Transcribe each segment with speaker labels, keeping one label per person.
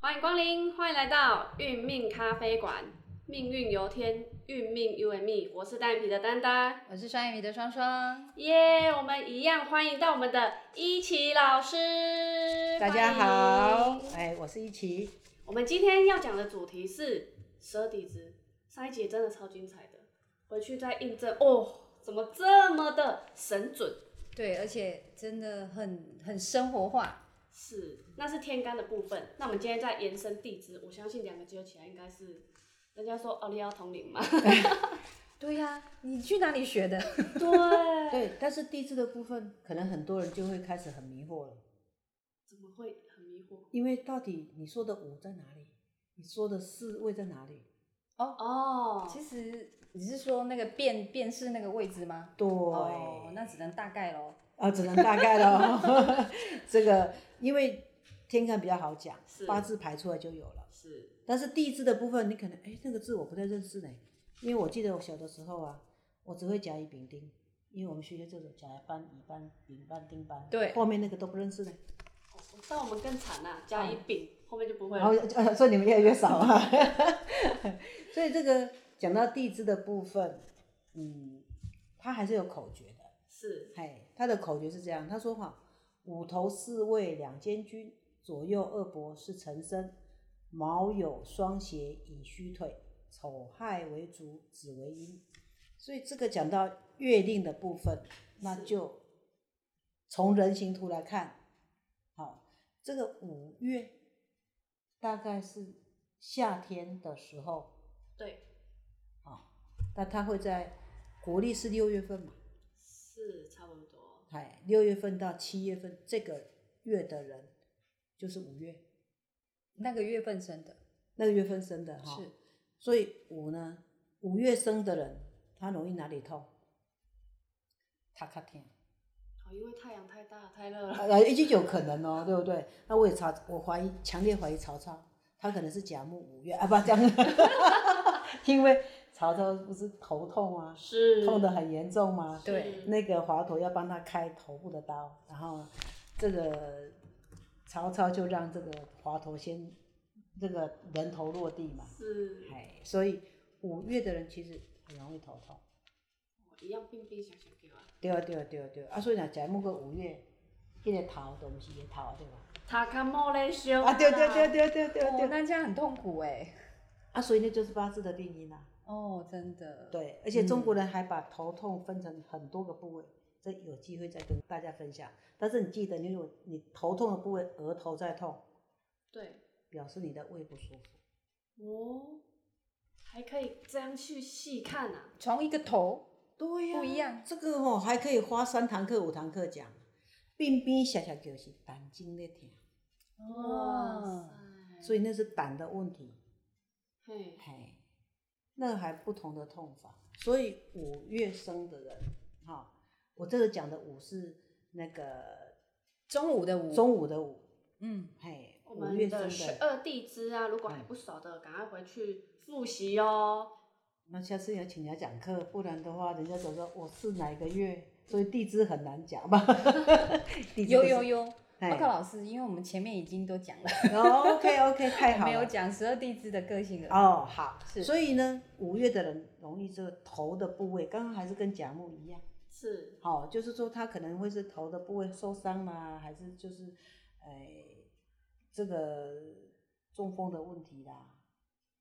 Speaker 1: 欢迎光临，欢迎来到运命咖啡馆，命运由天，运命由 me。我是单眼皮的丹丹，
Speaker 2: 我是双眼皮的双双，
Speaker 1: 耶、我们一样欢迎到我们的一奇老师，
Speaker 3: 大家好
Speaker 1: 欢迎，
Speaker 3: 哎，我是一奇。
Speaker 1: 我们今天要讲的主题是舌底子，上一集真的超精彩的，回去再印证哦，怎么这么的神准？
Speaker 2: 对，而且真的很很生活化，
Speaker 1: 是，那是天干的部分。那我们今天再延伸地支，我相信两个结合起来应该是，人家说奥利奥同龄嘛。
Speaker 2: 对呀、你去哪里学的？
Speaker 1: 对，
Speaker 3: 对，但是地质的部分，可能很多人就会开始很迷惑了，
Speaker 1: 怎么会很迷惑？
Speaker 3: 因为到底你说的五在哪里？你说的四位在哪里？
Speaker 1: 哦，
Speaker 2: 其实你是说那个辨辨识那个位置吗？
Speaker 3: 对，
Speaker 2: 哦，那只能大概喽。
Speaker 3: 啊，只能大概 了。这个因为天干比较好讲
Speaker 1: 是，
Speaker 3: 八字排出来就有了。
Speaker 1: 是
Speaker 3: 但是地质的部分，你可能哎，那个字我不太认识呢，因为我记得我小的时候啊，我只会甲乙丙丁，因为我们学校这种甲班、乙班、丙班、丁班，
Speaker 2: 对
Speaker 3: 后面那个都不认识呢。
Speaker 1: 哦但我们更惨啊，加一丙，后面就不会
Speaker 3: 然后
Speaker 1: 了。
Speaker 3: 呃，所以你们越来越少啊。 所以这个讲到地支的部分，嗯，他还是有口诀的。
Speaker 1: 是
Speaker 3: 哎，他的口诀是这样，他说哈，五头四位两肩军，左右二伯是辰身，卯酉双胁以虚退，丑亥为主，子为阴。所以这个讲到月令的部分，那
Speaker 1: 是
Speaker 3: 就从人形图来看，好，这个五月大概是夏天的时候，
Speaker 1: 对，
Speaker 3: 啊，那它会在国历是六月份嘛，
Speaker 1: 是差不多。
Speaker 3: 哎，六月份到七月份这个月的人就是五月
Speaker 2: 那个月份生的，
Speaker 3: 那个月份生的哈，
Speaker 2: 是，
Speaker 3: 所以五呢，五月生的人他容易哪里痛？他卡天，
Speaker 1: 好，因为太阳太大太热了。
Speaker 3: 呃，已经有可能 哦，对不对？那我也查，我怀疑，强烈怀疑曹操，他可能是甲木五月啊，不这样， 因为曹操不是头痛啊，
Speaker 1: 是
Speaker 3: 痛得很严重吗？
Speaker 2: 对
Speaker 1: 是
Speaker 3: 那个华佗要帮他开头部的刀，然后这个曹操就让这个华佗先这个人头落地嘛，
Speaker 1: 是
Speaker 3: 哎，所以五月的人其实很容易头痛。
Speaker 1: 哦一样病病小小给啊。
Speaker 3: 对啊，对啊，对啊，对啊，啊，所以若食某个五月，迄、个头都毋是个头，对吧？
Speaker 1: 塔卡莫雷修
Speaker 3: 啊，对对对对对对
Speaker 2: 哦，
Speaker 3: 对，
Speaker 2: 那这样很痛苦哎、
Speaker 3: 啊，所以那就是八字的病因啦、
Speaker 2: 哦，真的，，
Speaker 3: 对，而且中国人还把头痛分成很多个部位，这有机会再跟大家分享。但是你记得，你如果你头痛的部位，额头在痛，
Speaker 1: 对
Speaker 3: 表示你的胃不舒服。
Speaker 1: 哦，还可以这样去细看啊。
Speaker 2: 从一个头，
Speaker 3: 对
Speaker 2: 不一样
Speaker 3: 这个哦还可以花三堂课、五堂课讲。病病小小就是胆经在疼，
Speaker 1: 哇塞！
Speaker 3: 所以那是胆的问题。
Speaker 1: 嘿，
Speaker 3: 嘿，那还不同的痛法。所以五月生的人，哈、我这个讲的五是那个
Speaker 2: 中午的午，
Speaker 3: 中午的午，
Speaker 2: 嗯，
Speaker 3: 嘿，
Speaker 1: 我
Speaker 3: 五月
Speaker 1: 们
Speaker 3: 生
Speaker 1: 的
Speaker 3: 的
Speaker 1: 十
Speaker 3: 人，
Speaker 1: 二地支啊，如果还不熟的，赶快回去复习哦。
Speaker 3: 那下次要请人家讲课，不然的话，人家总说我是哪一个月，所以地支很难讲吧？地支
Speaker 2: 有
Speaker 3: 就是
Speaker 2: 有，有，
Speaker 3: 哎
Speaker 2: 报告老师，因为我们前面已经都讲了，
Speaker 3: 哦，OK OK，太好了，
Speaker 2: 没有讲十二地支的个性了，
Speaker 3: 哦，好，
Speaker 2: 是
Speaker 3: 所以呢，五月的人容易这个头的部位，刚刚还是跟甲木一样，
Speaker 1: 是
Speaker 3: 好、哦，就是说他可能会是头的部位受伤啦，还是就是，哎、这个中风的问题啦，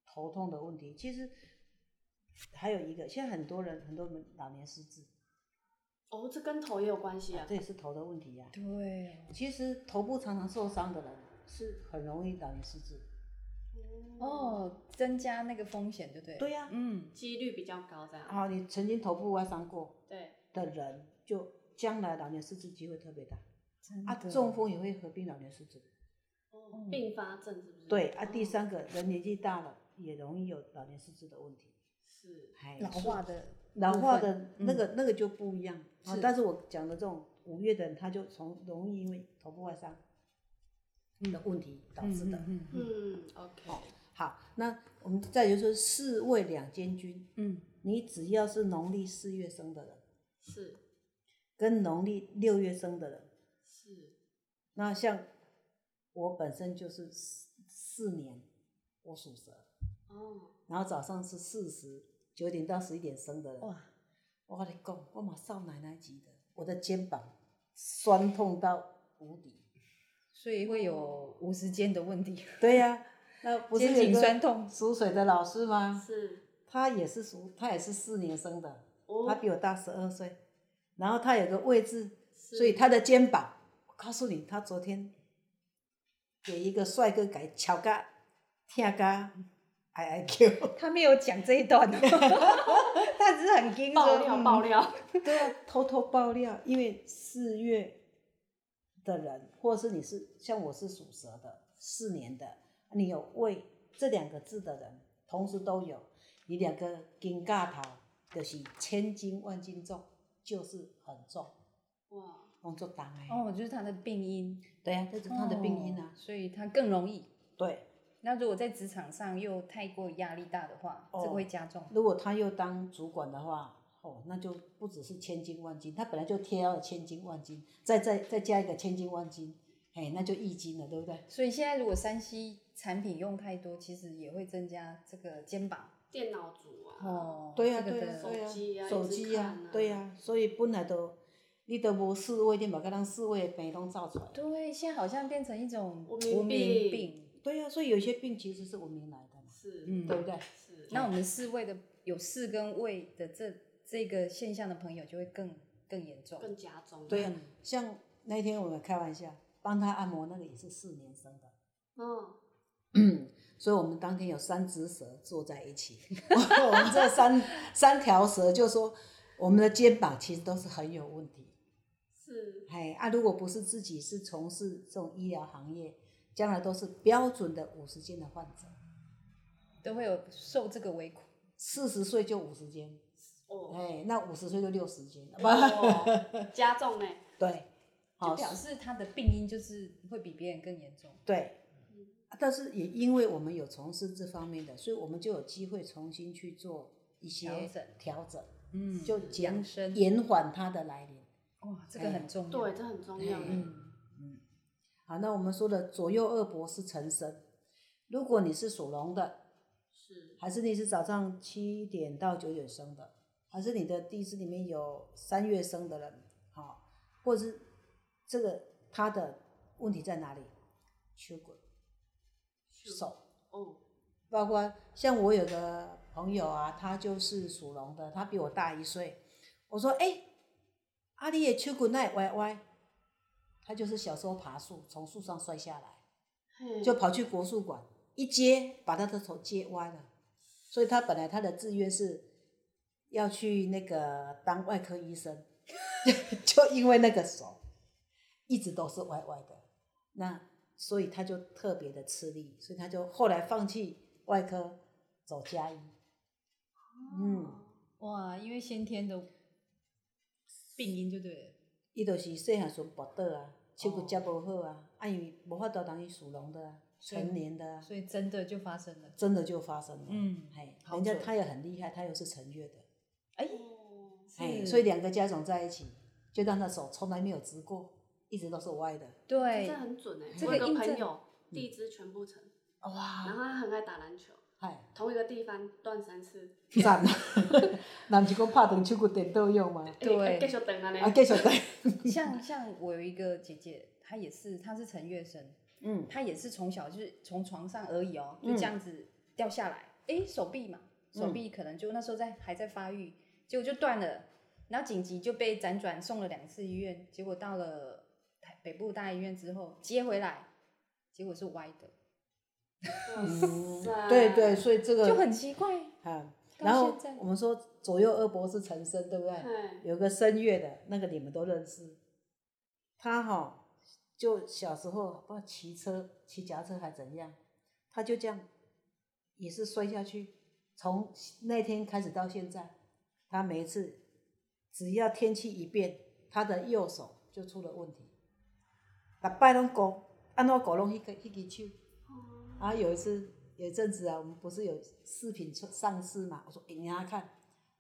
Speaker 3: 头痛的问题，其实还有一个，现在很多人很多人老年失智，
Speaker 1: 哦，这跟头也有关系啊。
Speaker 3: 这也是头的问题呀、
Speaker 2: 对，
Speaker 3: 其实头部常常受伤的人是很容易老年失智，
Speaker 1: 哦，
Speaker 2: 哦，增加那个风险，对不对？
Speaker 3: 对呀
Speaker 2: 嗯，
Speaker 1: 几率比较高这样。
Speaker 3: 好，你曾经头部外伤过
Speaker 1: 对，
Speaker 3: 的人，就将来老年失智机会特别大。
Speaker 2: 真
Speaker 3: 啊，
Speaker 2: 的
Speaker 3: 中风也会合并老年失智。
Speaker 2: 嗯
Speaker 1: 哦并发症是不是？
Speaker 3: 嗯对啊，第
Speaker 1: 哦
Speaker 3: 三个人年纪大了也容易有老年失智的问题。
Speaker 1: 是
Speaker 3: 哎
Speaker 2: 老
Speaker 3: 是
Speaker 2: 化的
Speaker 3: 老
Speaker 2: 部
Speaker 3: 化
Speaker 2: 分嗯
Speaker 3: 的那个、那个就不一样啊
Speaker 2: 是。
Speaker 3: 但是我讲的这种五月的人，他就从容易因为头部外伤的问题导致的。
Speaker 2: 嗯嗯嗯
Speaker 1: 嗯，OK，
Speaker 3: 好，那我们再就是四位两间军，
Speaker 2: 嗯
Speaker 3: 你只要是农历四月生的人，
Speaker 1: 是
Speaker 3: 跟农历六月生的人，
Speaker 1: 是
Speaker 3: 那像我本身就是四四年，我属蛇，
Speaker 1: 哦，
Speaker 3: 然后早上是四十九点到十一点生的人。
Speaker 2: 哇，
Speaker 3: 我跟你讲，我马少奶奶级的，我的肩膀酸痛到无敌。
Speaker 2: 所以会有无时间的问 题，
Speaker 3: 对呀、那不是
Speaker 2: 肩
Speaker 3: 有一
Speaker 2: 颈酸
Speaker 3: 个
Speaker 2: 痛，
Speaker 3: 属水的老师吗？
Speaker 1: 是，
Speaker 3: 他也是属，他也是四年生的，他
Speaker 1: 哦，
Speaker 3: 比我大十二岁，然后他有个位置，
Speaker 1: 所
Speaker 3: 所以他的肩膀，我告诉你，他昨天给一个帅哥给敲嘎，听嘎，哎哎 Q，
Speaker 2: 他没有讲这一段 哦，他只是很惊
Speaker 1: 爆
Speaker 2: 说
Speaker 1: 料
Speaker 2: 嗯
Speaker 1: 爆料，
Speaker 3: 对啊，偷偷爆料，因为四月的人，或者是你是像我是属蛇的，四年的，你有胃这两个字的人，同时都有，你两个金嘎头，就是千斤万斤重，就是很重，嗯
Speaker 1: 哇，
Speaker 3: 工作当哎，
Speaker 2: 哦，就是他的病因，
Speaker 3: 对呀、啊，这是他的病因啊
Speaker 2: 哦，所以他更容易。
Speaker 3: 对。
Speaker 2: 那如果在职场上又太过压力大的话，
Speaker 3: 哦
Speaker 2: 这个会加重。
Speaker 3: 如果他又当主管的话，哦，那就不只是千金万金，他本来就贴了千金万金，再再再加一个千金万金，哎，那就一斤了，对不对？
Speaker 2: 所以现在如果山西产品用太多，其实也会增加这个肩膀
Speaker 1: 电脑组啊，
Speaker 2: 哦，
Speaker 3: 对呀、
Speaker 2: 这个
Speaker 3: 对呀、
Speaker 2: 的
Speaker 3: 对呀、
Speaker 1: 手机啊
Speaker 3: 手
Speaker 1: 一直
Speaker 3: 机呀、
Speaker 1: 看啊
Speaker 3: 对呀、所以本来都你都无四位，你把个人四位的病拢造出来。
Speaker 2: 对，现在好像变成一种
Speaker 1: 文明病
Speaker 2: 病。
Speaker 3: 对呀、所以有些病其实是文明来的嘛，
Speaker 1: 是，
Speaker 2: 嗯
Speaker 3: 对不对？
Speaker 1: 是，
Speaker 2: 那我们四位的有四跟胃的这这个现象的朋友就会更更严重。
Speaker 1: 更加重，
Speaker 3: 对呀、像那天我们开玩笑，帮他按摩那个也是四年生的。
Speaker 1: 嗯，
Speaker 3: 所以我们当天有三只蛇坐在一起， 我们这三三条蛇就说我们的肩膀其实都是很有问题。
Speaker 1: 是，
Speaker 3: 哎啊，如果不是自己是从事这种医疗行业，将来都是标准的五十肩的患者，
Speaker 2: 都会有受这个为苦。
Speaker 3: 四十岁就五十肩，
Speaker 1: 哦，
Speaker 3: 哎，那五十岁就六十肩，
Speaker 1: 哦加重呢，
Speaker 3: 对，
Speaker 2: 就
Speaker 3: 好
Speaker 2: 表示他的病因就是会比别人更严重。
Speaker 3: 对，啊但是也因为我们有从事这方面的，所以我们就有机会重新去做一些
Speaker 2: 调整
Speaker 3: 调整，
Speaker 2: 嗯
Speaker 3: 就减哎
Speaker 2: 养生
Speaker 3: 延缓它的来临。
Speaker 2: 哇，这个很重要。
Speaker 1: 对，这很重要欸呢，
Speaker 2: 嗯，
Speaker 3: 好，那我们说的左右二搏是成身。如果你是属龙的，
Speaker 1: 是，
Speaker 3: 还是你是早上七点到九点生的，还是你的地支里面有三月生的人，好、或者是这个他的问题在哪里？缺鬼手，
Speaker 1: 哦，
Speaker 3: 包括像我有个朋友啊，他就是属龙的，他比我大一岁。我说：“哎、啊阿丽也缺骨那歪歪。”他就是小时候爬树，从树上摔下来。
Speaker 1: 嘿
Speaker 3: 就跑去国术馆一接，把他的头接歪了。所以他本来他的志愿是要去那个当外科医生， 就因为那个手一直都是歪歪的，那所以他就特别的吃力，所以他就后来放弃外科，走家医。嗯，
Speaker 2: 哇，因为先天的病因就对了。
Speaker 3: 伊就是细汉时候跋倒啊，手骨接无好啊，啊因为无法度当伊属龙的啊，
Speaker 2: 哦所以
Speaker 3: 成年的啊，
Speaker 2: 所以真的就发生了。
Speaker 3: 真的就发生了。
Speaker 2: 嗯，
Speaker 3: 嘿，
Speaker 2: 好
Speaker 3: 人家
Speaker 2: 准
Speaker 3: 他也很厉害，他又是成月的，
Speaker 2: 哎，
Speaker 1: 哦
Speaker 3: 哎，
Speaker 2: 是
Speaker 3: 所以两个家长在一起，就让他手从来没有直过，一直都是歪的。
Speaker 2: 对
Speaker 1: 这，很准哎，
Speaker 3: 这
Speaker 1: 我
Speaker 2: 个
Speaker 1: 有个
Speaker 2: 印证嗯
Speaker 1: 朋友地支全部成，然
Speaker 3: 哇，
Speaker 1: 后他很爱打篮球，
Speaker 3: 嗨，
Speaker 1: 同一个地方断三次，
Speaker 3: 赞！那不是讲拍断手骨电到用吗？
Speaker 2: 对
Speaker 1: 哎继续等啊
Speaker 3: 啊，
Speaker 1: 呢，
Speaker 3: 继续对，
Speaker 2: 像像我有一个姐姐，她也是，她是陈月生，
Speaker 3: 嗯，
Speaker 2: 她也是从小就是从床上而已哦，就
Speaker 3: 嗯
Speaker 2: 这样子掉下来，哎、手臂嘛，手臂可能就那时候在还在发育，结果就断了，然后紧急就被辗转送了两次医院，结果到了台北部大医院之后接回来，结果是歪的，
Speaker 1: 哇塞
Speaker 3: 对对，，所以这
Speaker 2: 嗯就
Speaker 3: 个
Speaker 2: 很奇怪，
Speaker 3: 啊，
Speaker 2: 到
Speaker 3: 然后
Speaker 2: 现在
Speaker 3: 我们说左右二伯是成身，对不对？
Speaker 1: 嘿
Speaker 3: 有个声乐的那个你们都认识，他哈、就小时候不知道骑车、骑脚踏车还怎样，他就这样也是摔下去，从那天开始到现在，他每一次只要天气一变，他的右手就出了问题，打拜拢狗，按照狗拢一个一个手，然后啊有一次有一阵子啊，我们不是有视频出上市嘛，我说、诶你拿看，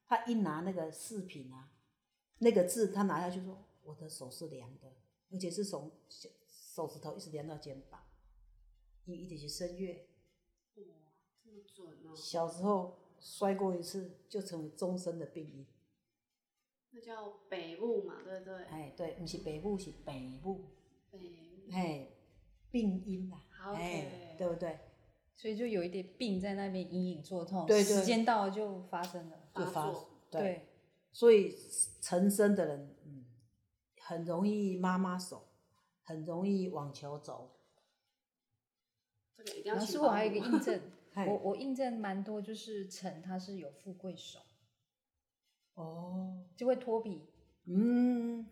Speaker 3: 他一拿那个视频啊，那个字他拿下去说，我的手是凉的，而且是从手手指头一直凉到肩膀，伊一直是声乐。
Speaker 1: 这么准哦，
Speaker 3: 小时候摔过一次，就成为终身的病因。
Speaker 1: 那叫北部嘛，对不对？
Speaker 3: 哎，对，不是北部，是北部，
Speaker 1: 北部
Speaker 3: 哎，病因啦，
Speaker 1: 好
Speaker 3: 哎，对不对？
Speaker 2: 所以就有一点病在那边隐隐作痛，
Speaker 3: 对对
Speaker 2: 时间到了就发生了，
Speaker 1: 发
Speaker 3: 就发
Speaker 1: 作
Speaker 3: 对，所以成身的人，嗯，很容易妈妈手，很容易网球肘，
Speaker 1: 这个一定要
Speaker 2: 然后
Speaker 1: 请
Speaker 2: 是
Speaker 1: 保姆。
Speaker 2: 我还有 一个印证，
Speaker 3: 哎
Speaker 2: 我，我印证蛮多，就是陈他是有富贵手，
Speaker 3: 哦，
Speaker 2: 就会脱皮，
Speaker 3: 嗯，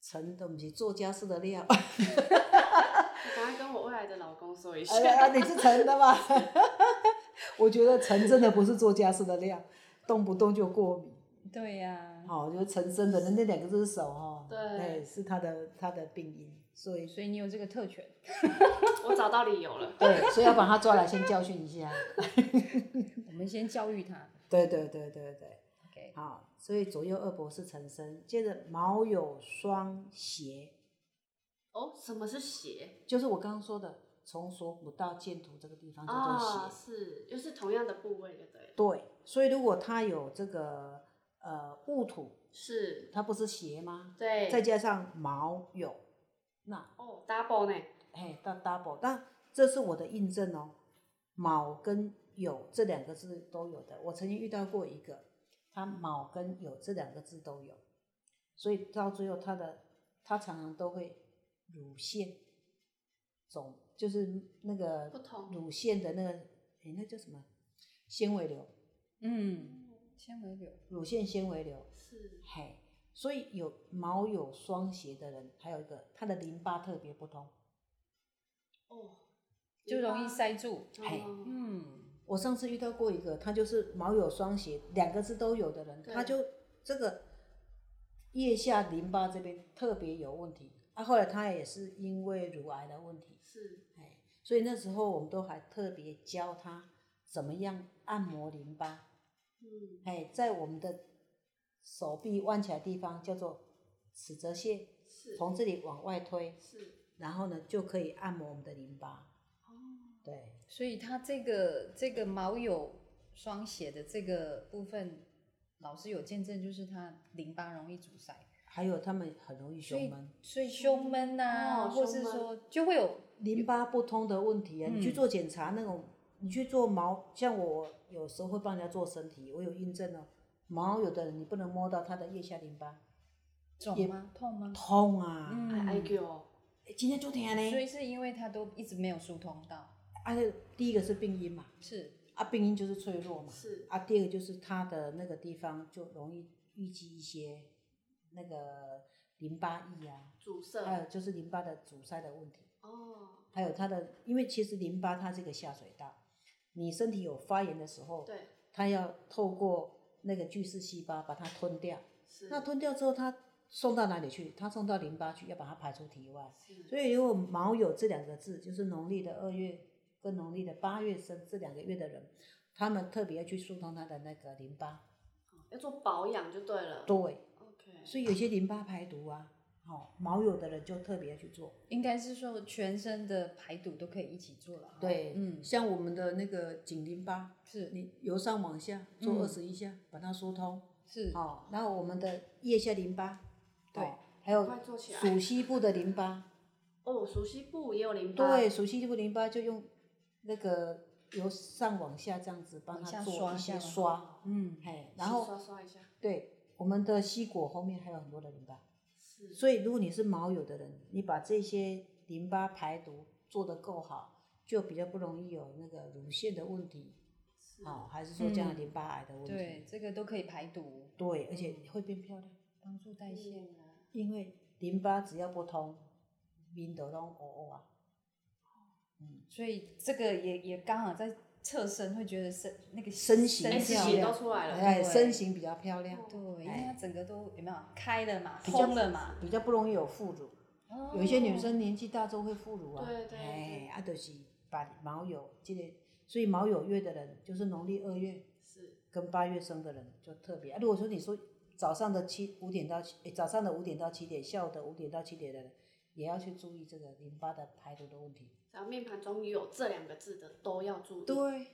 Speaker 3: 成都不是做家事的料，
Speaker 1: 赶快跟我未来的老公说一下
Speaker 3: 哎，呀，你是成的吧？ 我觉得成真的不是做家事的料，动不动就过敏。
Speaker 2: 对呀、
Speaker 3: 哦，就是陈生的那两个只手哦，
Speaker 1: 对
Speaker 3: 哎，是他的他的病因，所以
Speaker 2: 所以你有这个特权，
Speaker 1: 我找到理由了。
Speaker 3: 对，所以要把他抓来先教训一下。
Speaker 2: 我们先教育他
Speaker 3: 对对对对对，
Speaker 2: ，OK，
Speaker 3: 好，所以左右二伯是陈生，接着卯酉双斜，
Speaker 1: 哦，什么是 邪？
Speaker 3: 就是我刚刚说的，从锁骨到剑突这个地方叫
Speaker 1: 啊、
Speaker 3: 做斜。
Speaker 1: 是，又是同样的部位，就对了。
Speaker 3: 对，所以如果他有这个呃戊土，
Speaker 1: 是，
Speaker 3: 它不是斜吗？
Speaker 1: 对。
Speaker 3: 再加上卯酉，那
Speaker 1: 哦，double 呢？
Speaker 3: 哎，到 double，但这是我的印证哦。卯跟酉这两个字都有的，我曾经遇到过一个，他卯跟酉这两个字都有，所以到最后他的他常常都会乳腺肿，就是那个
Speaker 1: 不同
Speaker 3: 乳腺的那个，哎，那叫什么纤维瘤，
Speaker 2: 嗯，纤维瘤，
Speaker 3: 乳腺纤维瘤，
Speaker 1: 是，
Speaker 3: 嘿，所以有卯酉双斜的人，还有一个他的淋巴特别不通。
Speaker 1: 哦，
Speaker 2: 就容易
Speaker 1: 淋巴。
Speaker 2: 塞住，
Speaker 3: 嘿
Speaker 1: 哦
Speaker 2: 嗯，
Speaker 3: 我上次遇到过一个，他就是毛有双鞋，两个字都有的人，
Speaker 1: 对
Speaker 3: 他就这个腋下淋巴这边特别有问题。啊，后来他也是因为乳癌的问题，
Speaker 1: 是，
Speaker 3: 哎，所以那时候我们都还特别教他怎么样按摩淋巴，
Speaker 1: 嗯，
Speaker 3: 哎，在我们的手臂弯起来的地方叫做尺泽穴，
Speaker 1: 是，
Speaker 3: 从这里往外推，
Speaker 1: 是，
Speaker 3: 然后呢就可以按摩我们的淋巴。
Speaker 1: 哦，
Speaker 3: 对，
Speaker 2: 所以他这个这个毛有双鞋的这个部分，老师有见证，就是他淋巴容易阻塞，
Speaker 3: 还有他们很容易
Speaker 2: 所
Speaker 3: 胸
Speaker 2: 以
Speaker 3: 闷。
Speaker 2: 所以胸闷呐、
Speaker 1: 哦
Speaker 2: 或是
Speaker 1: 胸闷
Speaker 2: 说就会有
Speaker 3: 淋巴不通的问题啊，
Speaker 2: 嗯
Speaker 3: 你去做检查那种，你去做毛，像我有时候会帮人家做身体，我有印证哦。毛有的人你不能摸到他的腋下淋巴，
Speaker 2: 肿吗？痛吗？
Speaker 3: 痛啊！
Speaker 1: 哎
Speaker 2: 嗯
Speaker 1: 哎，呦，
Speaker 3: 诶今天就疼
Speaker 2: 所
Speaker 3: 呢。
Speaker 2: 以是因为他都一直没有疏通到，
Speaker 3: 啊，第一个是病因嘛，
Speaker 2: 是
Speaker 3: 啊，病因就是脆弱嘛，
Speaker 1: 是，
Speaker 3: 啊，第二个就是他的那个地方就容易淤积一些那个淋巴液啊，
Speaker 1: 阻
Speaker 2: 嗯
Speaker 1: 塞。
Speaker 3: 还有就是淋巴的阻塞的问题。
Speaker 1: 哦，
Speaker 3: 还有它的，因为其实淋巴它是一个下水道，你身体有发炎的时候，
Speaker 1: 对，
Speaker 3: 它要透过那个巨噬细胞把它吞掉。
Speaker 1: 是。
Speaker 3: 那吞掉之后，它送到哪里去？它送到淋巴去，要把它排出体外。
Speaker 1: 是，
Speaker 3: 所以，如果卯酉这两个字，就是农历的二月跟农历的八月生这两个月的人，他们特别要去疏通他的那个淋巴。
Speaker 1: 哦要做保养就对了。
Speaker 3: 对，
Speaker 1: OK。
Speaker 3: 所以有些淋巴排毒啊，好、卯酉的人就特别去做。
Speaker 2: 应该是说全身的排毒都可以一起做了哈。
Speaker 3: 对，
Speaker 2: 嗯，
Speaker 3: 像我们的那个颈淋巴，
Speaker 2: 是
Speaker 3: 你由上往下做
Speaker 2: 嗯
Speaker 3: 二十一下，把它疏通。
Speaker 2: 是
Speaker 3: 好、然后我们的腋下淋巴，
Speaker 2: 对
Speaker 3: 哦还有
Speaker 1: 快做起来
Speaker 3: 属膝部的淋巴，
Speaker 1: 哦，熟悉部也有淋巴。
Speaker 3: 对，属膝部淋巴就用那个由上往下这样子帮
Speaker 2: 往
Speaker 3: 它
Speaker 2: 下
Speaker 3: 做
Speaker 2: 刷
Speaker 3: 一些
Speaker 2: 下
Speaker 3: 刷，
Speaker 2: 嗯，
Speaker 3: 嘿，
Speaker 1: 洗
Speaker 3: 然后
Speaker 1: 刷刷一下。
Speaker 3: 对我们的膝骨后面还有很多的淋巴，
Speaker 1: 是。
Speaker 3: 所以如果你是毛友的人，你把这些淋巴排毒做得够好，就比较不容易有那个乳腺的问题，
Speaker 1: 是
Speaker 3: 哦，还是说这样
Speaker 2: 嗯
Speaker 3: 淋巴癌的问题。
Speaker 2: 对，这个都可以排毒，
Speaker 3: 对，而且会变漂亮，
Speaker 2: 帮助代谢。
Speaker 1: 嗯
Speaker 3: 因为淋巴只要不通，面都拢乌乌啊。
Speaker 2: 所以这个也也刚好在侧身会觉得身那个
Speaker 3: 身形
Speaker 1: 哎，
Speaker 3: 很
Speaker 1: 自
Speaker 3: 漂
Speaker 1: 己
Speaker 3: 亮
Speaker 1: 都出来了。
Speaker 3: 哎，
Speaker 2: 对
Speaker 3: 身形比较漂亮，
Speaker 2: 对，因为
Speaker 3: 哎
Speaker 2: 它整个都有没有开了嘛，
Speaker 3: 比较
Speaker 2: 通了嘛。哦
Speaker 3: 比较不容易有副乳。有一些女生年纪大之后会副乳啊，
Speaker 1: 对对对
Speaker 3: 哎，啊，就是把毛友这个，所以毛友月的人，就是农历二月
Speaker 1: 是。
Speaker 3: 跟八月生的人就特别。啊、如果说你说早上的七五点到七、哎早上的五点到七点，下午的五点到七点的人，也要去注意这个淋巴的排毒的问题。
Speaker 1: 然后命盘中有这两个字的都要注意，
Speaker 2: 对，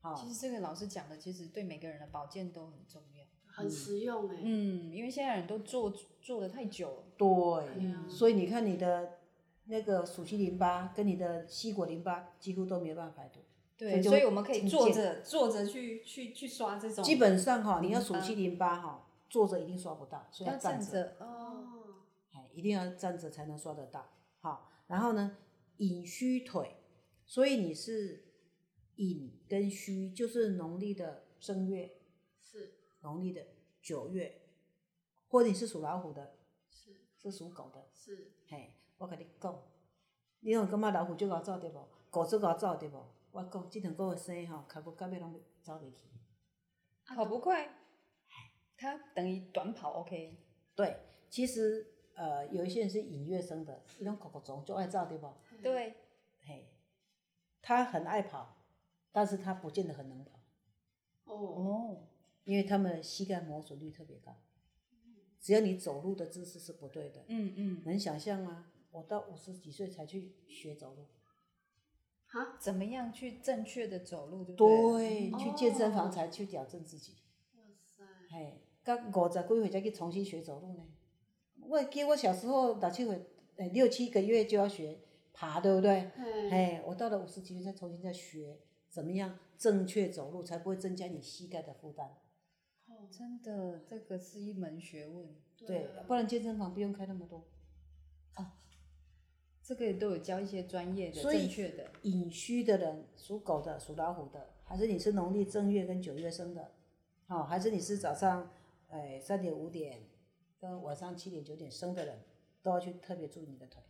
Speaker 3: 好、
Speaker 2: 其实这个老师讲的，其实对每个人的保健都很重要。
Speaker 1: 很实用哎、
Speaker 2: 嗯，因为现在人都做做的太久了，
Speaker 3: 对，
Speaker 1: 嗯
Speaker 3: 所以你看你的那个属膝淋巴跟你的膝骨淋巴几乎都没有办法排毒。所
Speaker 2: 对，
Speaker 3: 以就
Speaker 2: 所以我们可以
Speaker 3: 挺
Speaker 2: 坐
Speaker 3: 健
Speaker 2: 着坐着去去去刷这种，
Speaker 3: 基本上哈、你要
Speaker 2: 哦淋
Speaker 3: 属
Speaker 2: 巴
Speaker 3: 膝淋巴哈、坐着一定刷不到，所以
Speaker 2: 要
Speaker 3: 站
Speaker 2: 站
Speaker 3: 着，
Speaker 2: 着哦，
Speaker 1: 哦，
Speaker 3: 哎，一定要站着才能刷得到。好，然后呢，引虚腿，所以你是引跟虚，就是农历的正月，
Speaker 1: 是
Speaker 3: 农历的九月，或者你是属老虎的，
Speaker 1: 是
Speaker 3: 是属狗的，
Speaker 1: 是，
Speaker 3: 嘿，我甲你讲，你有感觉老虎足贤走对无？狗足贤走对无？我讲即两个月生吼，脚骨到尾拢走袂去。
Speaker 1: 啊
Speaker 2: 跑不快，他等于短跑 OK，
Speaker 3: 对，其实呃，有一些人是引月生的，伊拢狗狗总就爱走对无？
Speaker 1: 懂，
Speaker 2: 对，
Speaker 3: 嘿，他很爱跑，但是他不见得很能跑，
Speaker 1: 哦，
Speaker 2: 哦，
Speaker 3: 因为他们的膝盖磨损率特别高。只要你走路的姿势是不对的，
Speaker 2: 嗯嗯，
Speaker 3: 能想象吗？我到五十几岁才去学走路，
Speaker 1: 哈，
Speaker 2: 怎么样去正确的走路就了
Speaker 3: 对，
Speaker 2: 嗯
Speaker 3: 去健身
Speaker 1: 哦
Speaker 3: 房才去矫正自己。
Speaker 1: 哇塞，
Speaker 3: 嘿，到五十几岁才去重新学走路呢。我会记我小时候六七岁，诶、六七个月就要学爬，对不对？
Speaker 1: 嘿，
Speaker 3: 嘿，我到了五十几岁才重新再学怎么样正确走路，才不会增加你膝盖的负担。
Speaker 1: 哦
Speaker 2: 真的这个是一门学问，
Speaker 3: 对
Speaker 1: 啊，
Speaker 3: 不然健身房不用开那么多。
Speaker 2: 这个都有教一些专业的
Speaker 3: 所以
Speaker 2: 正确的，
Speaker 3: 隐虚的人，属狗的、属老虎的，还是你是农历正月跟九月生的，哦，还是你是早上，哎、三点五点跟晚上七点九点生的人，都要去特别注意你的腿。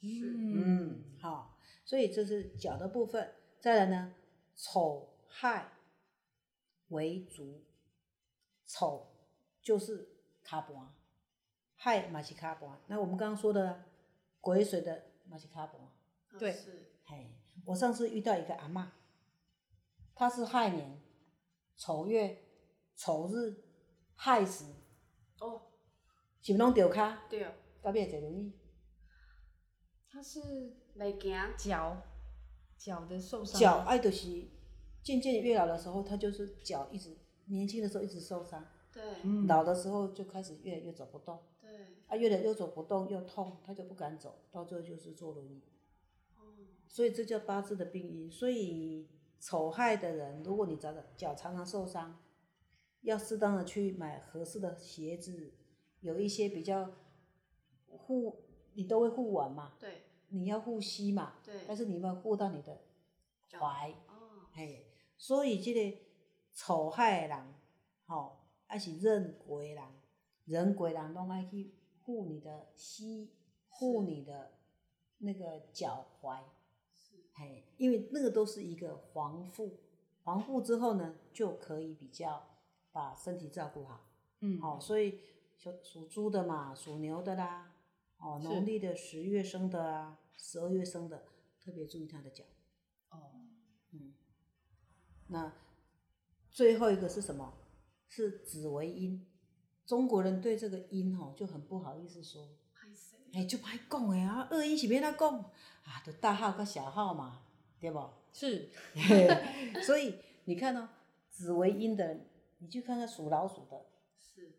Speaker 1: 是
Speaker 3: 嗯，好，所以这是脚的部分。再来呢，丑亥为足，丑就是卡盘，亥嘛是卡盘。那我们刚刚说的癸水的嘛是卡盘。
Speaker 1: 哦
Speaker 2: 对
Speaker 1: 是
Speaker 3: 嘿，我上次遇到一个阿嬷，她是亥年丑月丑日亥时，
Speaker 1: 哦，
Speaker 3: 是不是拢着卡，
Speaker 1: 对哦，
Speaker 3: 到尾坐轮椅。
Speaker 2: 他是
Speaker 1: 袂行，
Speaker 2: 脚脚的受伤，
Speaker 3: 脚爱就是渐渐越老的时候，他就是脚一直年轻的时候一直受伤，
Speaker 1: 对
Speaker 2: 嗯
Speaker 3: 老的时候就开始越来越走不动，
Speaker 1: 对，
Speaker 3: 啊，越来越走不动又痛，他就不敢走，到最后就是坐轮椅。
Speaker 1: 哦，
Speaker 3: 所以这叫八字的病因。所以丑亥的人，如果你脚脚常常受伤，要适当的去买合适的鞋子，有一些比较护，你都会护腕嘛，
Speaker 1: 对
Speaker 3: 你要护膝嘛，
Speaker 1: 对，
Speaker 3: 但是你有没有护到你的
Speaker 1: 脚
Speaker 3: 踝？
Speaker 1: 哦，
Speaker 3: 嘿，所以即个丑害的人，吼、还是壬癸的人，壬癸的人拢爱去护你的膝，护你的那个脚踝，嘿，因为那个都是一个防护，防护之后呢，就可以比较把身体照顾好。
Speaker 2: 嗯
Speaker 3: 哦，所以属属猪的嘛，属牛的啦，哦，
Speaker 2: 是
Speaker 3: 农历的十月生的啊，十二月生的，特别注意他的脚。
Speaker 2: 哦，
Speaker 3: 嗯，那最后一个是什么？是子为阴。中国人对这个阴吼就很不好意思说，
Speaker 1: 拍谁？
Speaker 3: 哎、就歹讲诶啊，恶阴是免哪讲啊？就大号跟小号嘛，对不？
Speaker 2: 是
Speaker 3: 嘿所以你看哦，子为阴的人，你去看看属老鼠的，
Speaker 1: 是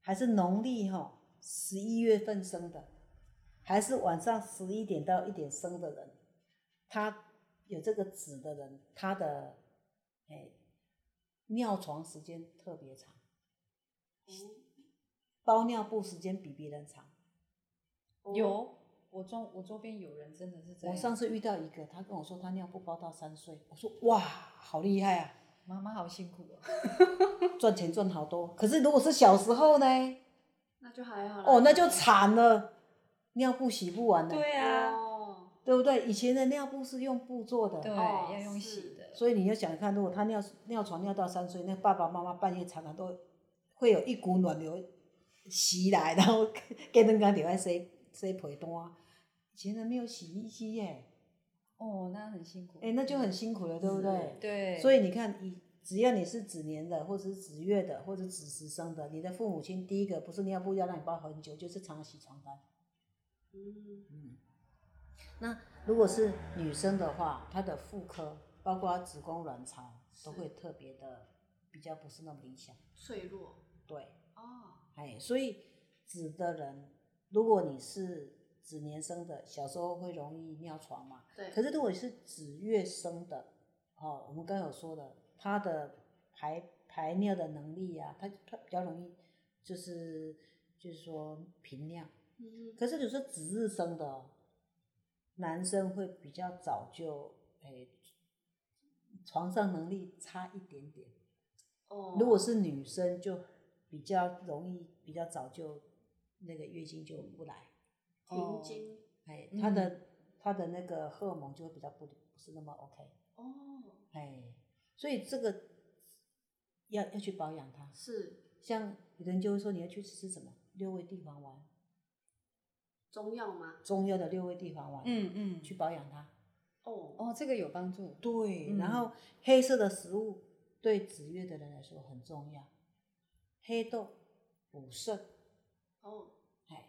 Speaker 3: 还是农历哈十一月份生的，还是晚上十一点到一点生的人，他有这个子的人，他的哎、尿床时间特别长，包尿布时间比别人长。
Speaker 1: 哦
Speaker 2: 有，我周我周边有人真的是这样，
Speaker 3: 我上次遇到一个，他跟我说他尿布包到三岁，我说哇，好厉害啊，
Speaker 2: 妈妈好辛苦哦，
Speaker 3: 赚钱赚好多。可是如果是小时候呢，
Speaker 1: 那就还好啦
Speaker 3: 哦，那就惨了，尿布洗不完了，
Speaker 2: 啊
Speaker 1: 哦，
Speaker 3: 对不对？以前的尿布是用布做的，
Speaker 2: 对，
Speaker 1: 哦
Speaker 2: 要用洗
Speaker 1: 是
Speaker 2: 的，
Speaker 3: 所以你要想看，如果他尿尿床尿到三岁，那爸爸妈妈半夜常常都会有一股暖流袭来，然后隔两天就要洗洗被单。啊以前人没有洗衣机耶，
Speaker 2: 哦，那很辛苦，
Speaker 3: 哎、那就很辛苦了，对不对？
Speaker 2: 对，
Speaker 3: 所
Speaker 2: 以
Speaker 3: 以你看，你只要你是子年的，或者是子月的，或者子时生的，你的父母亲第一个不是尿布要让你包很久，就是常洗床单。
Speaker 1: 嗯，
Speaker 3: 嗯，那如果是女生的话，她的妇科包括子宫、卵巢都会特别的比较不是那么理想。
Speaker 1: 脆弱
Speaker 3: 对，
Speaker 1: 哦，
Speaker 3: 哎，所以子的人，如果你是子年生的，小时候会容易尿床嘛。
Speaker 1: 对，
Speaker 3: 可是如果你是子月生的，哦，我们刚有说的，他的排排尿的能力啊，他他比较容易就是就是说频尿。
Speaker 1: 嗯
Speaker 3: 可是你说子日生的、哦，男生会比较早就诶、床上能力差一点点。
Speaker 1: 哦，
Speaker 3: 如果是女生，就比较容易，比较早就那个月经就不来，
Speaker 1: 停，经
Speaker 3: 哎，她的她的那个荷尔蒙就会比较不不是那么 OK，
Speaker 1: 哦，
Speaker 3: 哎，所以这个要要去保养它。
Speaker 1: 是
Speaker 3: 像有人就会说你要去吃什么六味地黄丸，
Speaker 1: 中药吗？
Speaker 3: 中药的六味地黄丸，，
Speaker 2: 嗯嗯，
Speaker 3: 去保养它。
Speaker 1: 哦，
Speaker 2: 哦，这个有帮助，
Speaker 3: 对，然
Speaker 2: 嗯
Speaker 3: 后黑色的食物对子月的人来说很重要，黑豆补肾，
Speaker 1: 哦，
Speaker 3: 哎，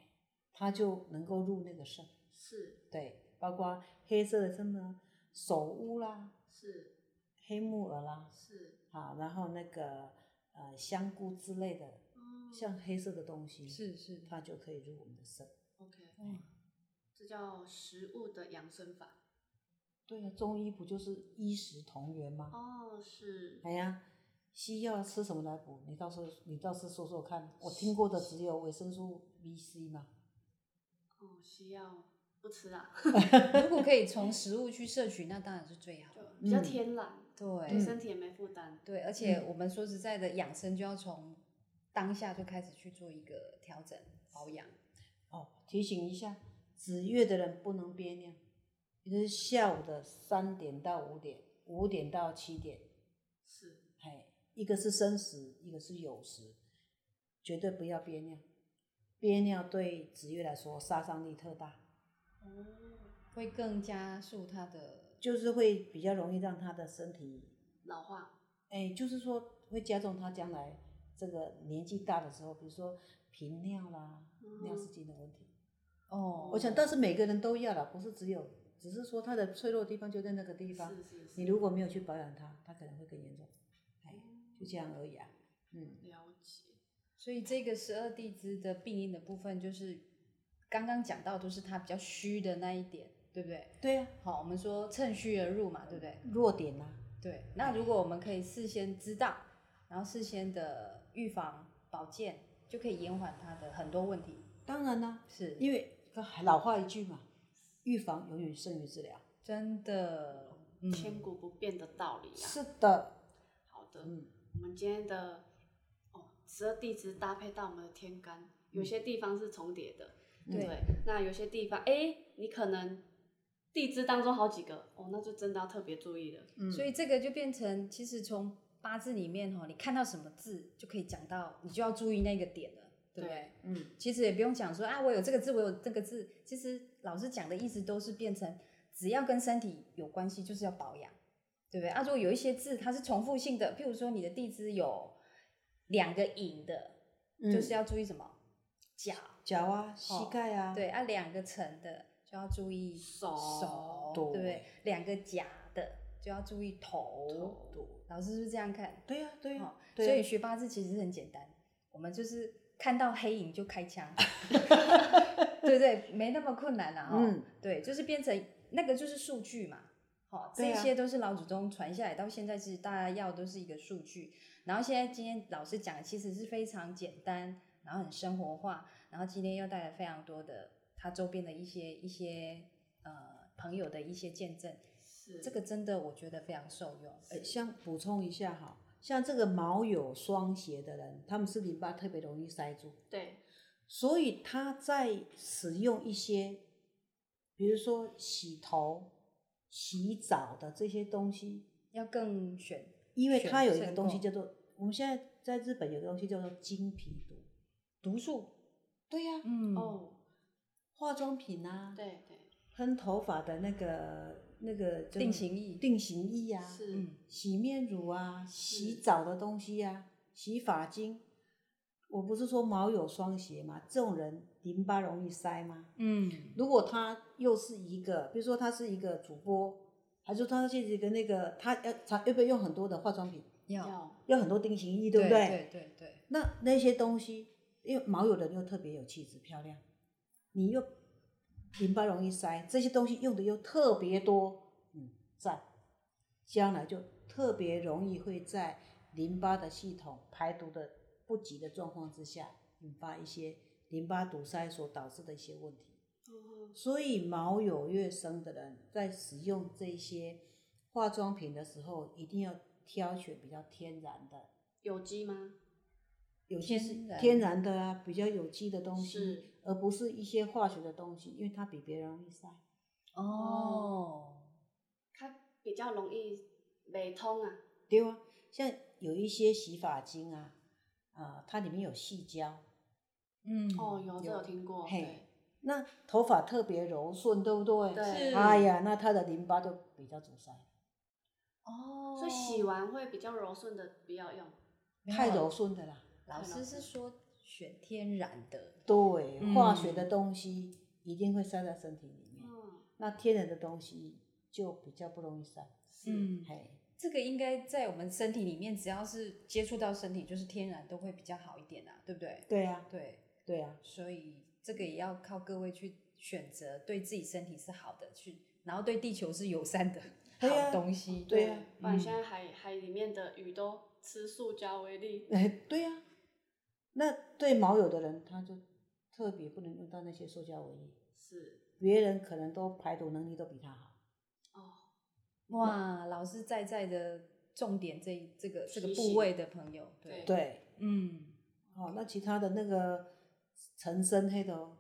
Speaker 3: 它就能够入那个肾。
Speaker 1: 是
Speaker 3: 对，包括黑色的什么首乌啦、
Speaker 1: 是
Speaker 3: 黑木耳啦，
Speaker 1: 是，
Speaker 3: 啊，然后那个呃香菇之类的，
Speaker 1: 哦
Speaker 3: 像黑色的东西，
Speaker 2: 是是，
Speaker 3: 它就可以入我们的肾。
Speaker 1: OK，
Speaker 3: 哎
Speaker 1: 哦
Speaker 2: 嗯
Speaker 1: 这叫食物的养生法。
Speaker 3: 对呀、中医不就是医食同源吗？
Speaker 1: 哦，是
Speaker 3: 哎呀，西药吃什么来补？你到时候你倒是说说看。我听过的只有维生素 B、C 嘛。
Speaker 1: 哦，西药不吃啦，
Speaker 2: 如果可以从食物去摄取，那当然是最好
Speaker 1: 就
Speaker 2: 的。
Speaker 1: 比较
Speaker 3: 嗯
Speaker 1: 天然，对
Speaker 2: 对嗯
Speaker 1: 身体也没负担。
Speaker 2: 对，而且我们说实在的，养生就要从当下就开始去做一个调整保养。
Speaker 3: 哦，提醒一下，子月的人不能憋尿，也就是下午的三点到五点，五点到七点，
Speaker 1: 是
Speaker 3: 哎，一个是生食，一个是酉食，绝对不要憋尿。憋尿对子月来说杀伤力特大，
Speaker 1: 哦，
Speaker 2: 会更加速它的
Speaker 3: 就是会比较容易让他的身体，
Speaker 1: 老化
Speaker 3: 哎，就是说会加重他将来这个年纪大的时候，比如说频尿啦、尿失禁的问题。
Speaker 2: 嗯哦
Speaker 3: 我想，但是每个人都要了，不是只有，只是说他的脆弱的地方就在那个地方。
Speaker 1: 是是是，
Speaker 3: 你如果没有去保养它，它可能会更严重。哎，就这样而已啊。嗯，
Speaker 1: 了解，
Speaker 2: 所以这个十二地支的病因的部分，就是刚刚讲到都是它比较虚的那一点，对不对？
Speaker 3: 对呀、
Speaker 2: 好，我们说趁虚而入嘛，对不对？
Speaker 3: 弱点啊呐、
Speaker 2: 对，那如果我们可以事先知道，然后事先的预防保健，就可以延缓它的很多问题。
Speaker 3: 当然啦、
Speaker 2: 是，
Speaker 3: 因为老话一句嘛，预防永远胜于治疗。
Speaker 2: 真的，嗯，
Speaker 1: 千古不变的道理啊。
Speaker 3: 是的，
Speaker 1: 好的，
Speaker 3: 嗯，
Speaker 1: 我们今天的哦，十二地支搭配到我们的天干，
Speaker 3: 嗯
Speaker 1: 有些地方是重叠的，
Speaker 2: 对
Speaker 1: 对，那有些地方，哎、你可能地支当中好几个，哦，那就真的要特别注意了。
Speaker 3: 嗯
Speaker 2: 所以这个就变成，其实从八字里面哈，你看到什么字就可以讲到，你就要注意那个点了，对不对？
Speaker 3: 嗯，
Speaker 2: 其实也不用讲说啊，我有这个字，我有这个字。其实老师讲的意思都是变成，只要跟身体有关系，就是要保养，对不对？啊，如果有一些字它是重复性的，譬如说你的地支有两个寅的，就是要注意什么？脚
Speaker 3: 嗯脚啊、膝盖啊，
Speaker 2: 对啊，两个辰的就要注意
Speaker 1: 手
Speaker 2: 手，
Speaker 3: 对
Speaker 2: 对不对？两个甲的就要注意头。
Speaker 1: 头
Speaker 3: 对
Speaker 2: 老师是不是这样看？
Speaker 3: 对呀、对呀、
Speaker 2: 好
Speaker 3: 对
Speaker 2: 哦所
Speaker 3: 啊
Speaker 2: 以学八字其实很简单，我们就是看到黑影就开 枪，对对，没那么困难啦、哦。
Speaker 3: 嗯，
Speaker 2: 对，就是变成那个就是数据嘛。好、
Speaker 3: 对
Speaker 2: 这
Speaker 3: 啊
Speaker 2: 些都是老祖宗传下来，到现在其实大家要的都是一个数据。然后现在今天老师讲的其实是非常简单，然后很生活化，然后今天又带来非常多的他周边的一些一些呃朋友的一些见证，
Speaker 1: 是
Speaker 2: 这个真的我觉得非常受用。
Speaker 3: 呃像补充一下哈，像这个毛有双斜的人，他们是淋巴特别容易塞住，
Speaker 1: 对，
Speaker 3: 所以他在使用一些，比如说洗头、洗澡的这些东西，
Speaker 2: 要更选
Speaker 3: 因为
Speaker 2: 选
Speaker 3: 它有一个
Speaker 2: 慎
Speaker 3: 东西
Speaker 2: 购
Speaker 3: 叫做，我们现在在日本有个东西叫做金皮毒，
Speaker 2: 毒素，
Speaker 3: 对呀、
Speaker 2: 嗯
Speaker 1: 哦，
Speaker 3: 化妆品啊，
Speaker 1: 对对，
Speaker 3: 喷头发的那个那个叫
Speaker 2: 定
Speaker 3: 做
Speaker 2: 型液
Speaker 3: 定型液啊，
Speaker 1: 是、
Speaker 2: 嗯，
Speaker 3: 洗面乳啊，洗澡的东西啊，洗发精，我不是说毛有双斜嘛，这种人淋巴容易塞吗？
Speaker 2: 嗯，
Speaker 3: 如果他又是一个，比如说他是一个主播，还是他是一个那个，他要常要不要用很多的化妆品，
Speaker 2: 要
Speaker 1: 要
Speaker 3: 要很多定型液，对
Speaker 2: 对
Speaker 3: 不
Speaker 2: 对对对，
Speaker 3: 那那些东西，因为毛有的人又特别有气质漂亮，你又淋巴容易塞，这些东西用的又特别多，嗯，在将来就特别容易会在淋巴的系统排毒的不及的状况之下，引发一些淋巴堵塞所导致的一些问题。
Speaker 1: 哦
Speaker 3: 所以毛有越深的人，在使用这些化妆品的时候，一定要挑选比较天然的。
Speaker 1: 有机吗？
Speaker 3: 有些是
Speaker 2: 天然
Speaker 3: 天然的啊，比较有机的东西，
Speaker 1: 是
Speaker 3: 而不是一些化学的东西，因为它比别人容易晒。
Speaker 2: 哦，
Speaker 1: 它比较容易美通啊。
Speaker 3: 对啊，像有一些洗发精啊，啊、它里面有细胶，
Speaker 2: 嗯，
Speaker 1: 哦，有这
Speaker 3: 有
Speaker 1: 有听过，
Speaker 3: 嘿
Speaker 1: 对，
Speaker 3: 那头发特别柔顺，对不对？
Speaker 1: 对
Speaker 2: 是
Speaker 3: 哎呀，那它的淋巴就比较阻塞，
Speaker 2: 哦，
Speaker 1: 所以洗完会比较柔顺的，不要用。
Speaker 2: 没有
Speaker 3: 太柔顺的啦。
Speaker 2: 老师是说选天然的，
Speaker 3: 对，
Speaker 2: 嗯
Speaker 3: 化学的东西一定会塞在身体里面，
Speaker 1: 嗯，
Speaker 3: 那天然的东西就比较不容易塞。
Speaker 2: 嗯
Speaker 3: 嘿，
Speaker 2: 这个应该在我们身体里面，只要是接触到身体，就是天然都会比较好一点啊，对不对？
Speaker 3: 对啊，
Speaker 2: 对，
Speaker 3: 对啊，
Speaker 2: 所以这个也要靠各位去选择对自己身体是好的，去然后对地球是友善的
Speaker 3: 对啊
Speaker 2: 好东西。
Speaker 3: 对啊
Speaker 1: 不然
Speaker 2: 嗯
Speaker 1: 现在海海里面的鱼都吃塑胶为例，
Speaker 3: 哎，对呀、那对毛友的人，他就特别不能用到那些塑胶尾液，
Speaker 1: 是
Speaker 3: 别人可能都排毒能力都比他好。
Speaker 1: 哦，
Speaker 2: 哇，老师在在的重点这一这个这个
Speaker 1: 提
Speaker 2: 部
Speaker 1: 醒
Speaker 2: 位的朋友，对，
Speaker 1: 对
Speaker 3: 对，
Speaker 2: 嗯，
Speaker 3: 哦，那其他的那个陈生黑的，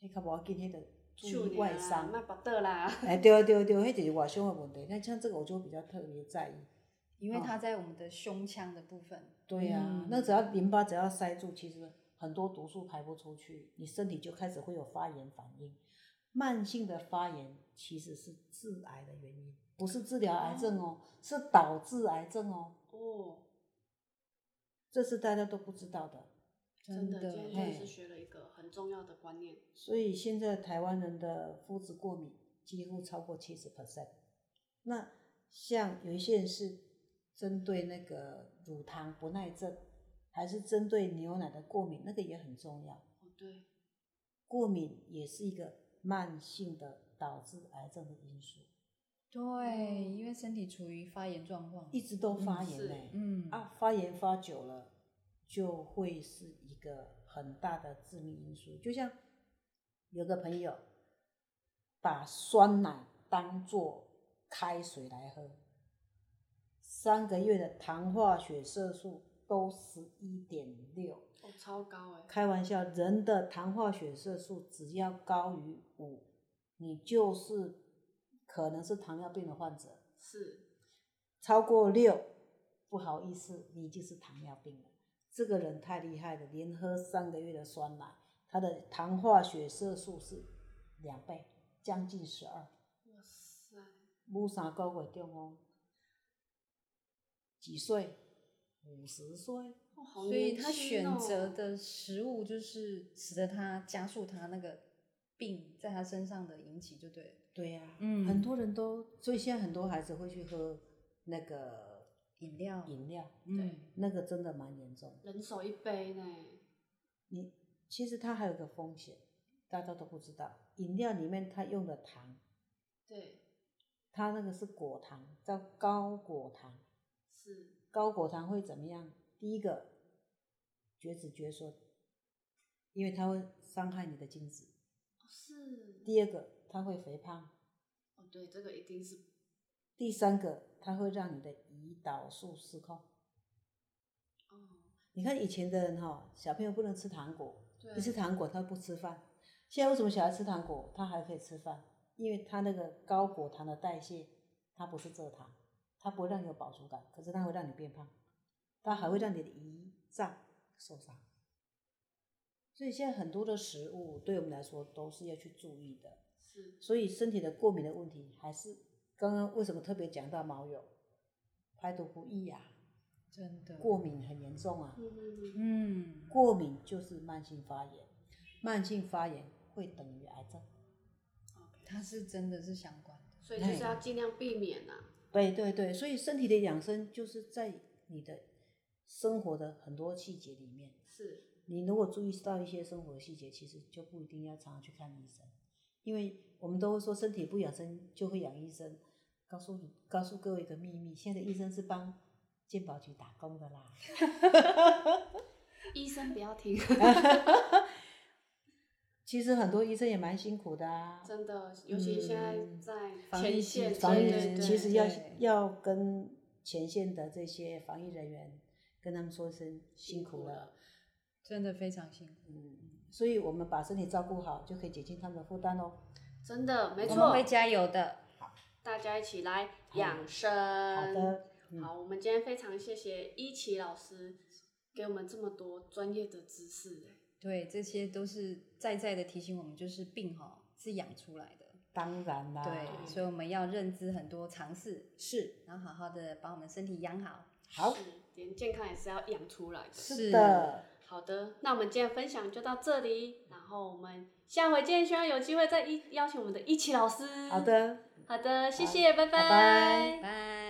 Speaker 3: 黑较无要紧，黑的注意外伤。
Speaker 1: 啊 卖不得啦，
Speaker 3: 哎，对对对，那就是外伤的问题。那像这个我就比较特别在意。
Speaker 2: 因为
Speaker 3: 哦
Speaker 2: 它在我们的胸腔的部分，
Speaker 3: 对呀、
Speaker 2: 嗯
Speaker 3: 那只要淋巴只要塞住，其实很多毒素排不出去，你身体就开始会有发炎反应。慢性的发炎其实是致癌的原因，不是治疗癌症哦，是导致癌症哦，
Speaker 1: 哦，
Speaker 3: 这是大家都不知道的。
Speaker 1: 真的，
Speaker 2: 的，
Speaker 1: 今天
Speaker 3: 嘿
Speaker 1: 真的是哦学了一个很重要的观念，
Speaker 3: 所以现在台湾人的肤质过敏几乎超过七十 percent。那像有一些人是针对那个乳糖不耐症，还是针对牛奶的过敏，那个也很重要。
Speaker 1: 哦，对，
Speaker 3: 过敏也是一个慢性的导致癌症的因素，
Speaker 2: 对，因为身体处于发炎状况，
Speaker 3: 一直都发炎
Speaker 1: 是
Speaker 3: 呢、
Speaker 2: 嗯
Speaker 1: 哦
Speaker 3: 啊，发炎发久了就会是一个很大的致命因素。就像有个朋友把酸奶当做开水来喝，三个月的糖化血色素都十一点六，
Speaker 1: 哦，超高哎，
Speaker 3: 开玩笑，人的糖化血色素只要高于五，你就是可能是糖尿病的患者；
Speaker 1: 是
Speaker 3: 超过六，不好意思，你就是糖尿病了。这个人太厉害了，连喝三个月的酸奶，他的糖化血色素是两倍，将近十二。
Speaker 1: 哇塞，
Speaker 3: 母三个月中风，几岁？五十岁。
Speaker 1: 哦，好
Speaker 2: 所以
Speaker 1: 年
Speaker 2: 他
Speaker 1: 轻
Speaker 2: 选
Speaker 1: 哦
Speaker 2: 择的食物就是使得他加速他那个病在他身上的引起，就对了。
Speaker 3: 对呀、
Speaker 2: 嗯
Speaker 3: 很多人都，所以现在很多孩子会去喝那个
Speaker 2: 饮料，
Speaker 3: 饮料，
Speaker 1: 对
Speaker 2: 嗯，
Speaker 3: 那个真的蛮严重的。
Speaker 1: 人手一杯呢，
Speaker 3: 你其实它还有个风险，大家都不知道，饮料里面它用的糖，
Speaker 1: 对，
Speaker 3: 它那个是果糖，叫高果糖。
Speaker 1: 是
Speaker 3: 高果糖会怎么样？第一个，绝子绝孙，因为它会伤害你的精子；
Speaker 1: 哦是，
Speaker 3: 第二个，它会肥胖；
Speaker 1: 哦对，这个一定是
Speaker 3: 第三个，它会让你的胰岛素失控。
Speaker 1: 哦，
Speaker 3: 你看以前的人哈、小朋友不能吃糖果，
Speaker 1: 对，
Speaker 3: 一吃糖果他不吃饭。现在为什么小孩吃糖果他还可以吃饭？因为他那个高果糖的代谢，它不是蔗糖，它不会让你有饱足感，可是它会让你变胖，它还会让你的胰脏受伤。所以现在很多的食物对我们来说都是要去注意的。
Speaker 1: 是
Speaker 3: 所以身体的过敏的问题，还是刚刚为什么特别讲到毛友，排毒不易呀、啊
Speaker 2: 真的
Speaker 3: 过敏很严重啊，
Speaker 1: 嗯嗯嗯，
Speaker 2: 嗯，
Speaker 3: 过敏就是慢性发炎，慢性发炎会等于癌症。
Speaker 2: 它是真的是相关的，
Speaker 1: 所以就是要尽量避免呐、啊。
Speaker 3: 对对对，所以身体的养生就是在你的生活的很多细节里面，
Speaker 1: 是，
Speaker 3: 你如果注意到一些生活细节，其实就不一定要常常去看医生，因为我们都会说身体不养生就会养医生。告诉你，告诉各位一个秘密，现在医生是帮健保局打工的啦。
Speaker 1: 医生不要听，
Speaker 3: 其实很多医生也蛮辛苦的啊，
Speaker 1: 真的，尤其现在在
Speaker 2: 防
Speaker 1: 前
Speaker 2: 疫
Speaker 1: 线，
Speaker 2: 期
Speaker 3: 嗯防疫
Speaker 1: 对对对
Speaker 3: 其实要
Speaker 2: 对
Speaker 3: 要跟前线的这些防疫人员跟他们说一声辛苦了，嗯
Speaker 2: 真的非常辛苦。
Speaker 3: 所以我们把身体照顾好，就可以减轻他们的负担哦。
Speaker 1: 真的没
Speaker 2: 我们
Speaker 1: 错
Speaker 2: 会，加油的，
Speaker 1: 大家一起来养生。
Speaker 3: 好的，嗯
Speaker 1: 好，我们今天非常谢谢一奇老师给我们这么多专业的知识、哎
Speaker 2: 对，这些都是在在的提醒我们，就是病哈是养出来的，
Speaker 3: 当然啦，
Speaker 2: 对，所以我们要认知很多常识，是，然后好好的把我们身体养好，
Speaker 3: 好，
Speaker 1: 是连健康也是要养出来的。
Speaker 2: 是
Speaker 3: 的，
Speaker 1: 好的，那我们今天分享就到这里，然后我们下回见，希望有机会再一邀请我们的一奇老师。
Speaker 3: 好，的。
Speaker 1: 好的，谢谢，拜
Speaker 3: 拜拜
Speaker 2: 拜。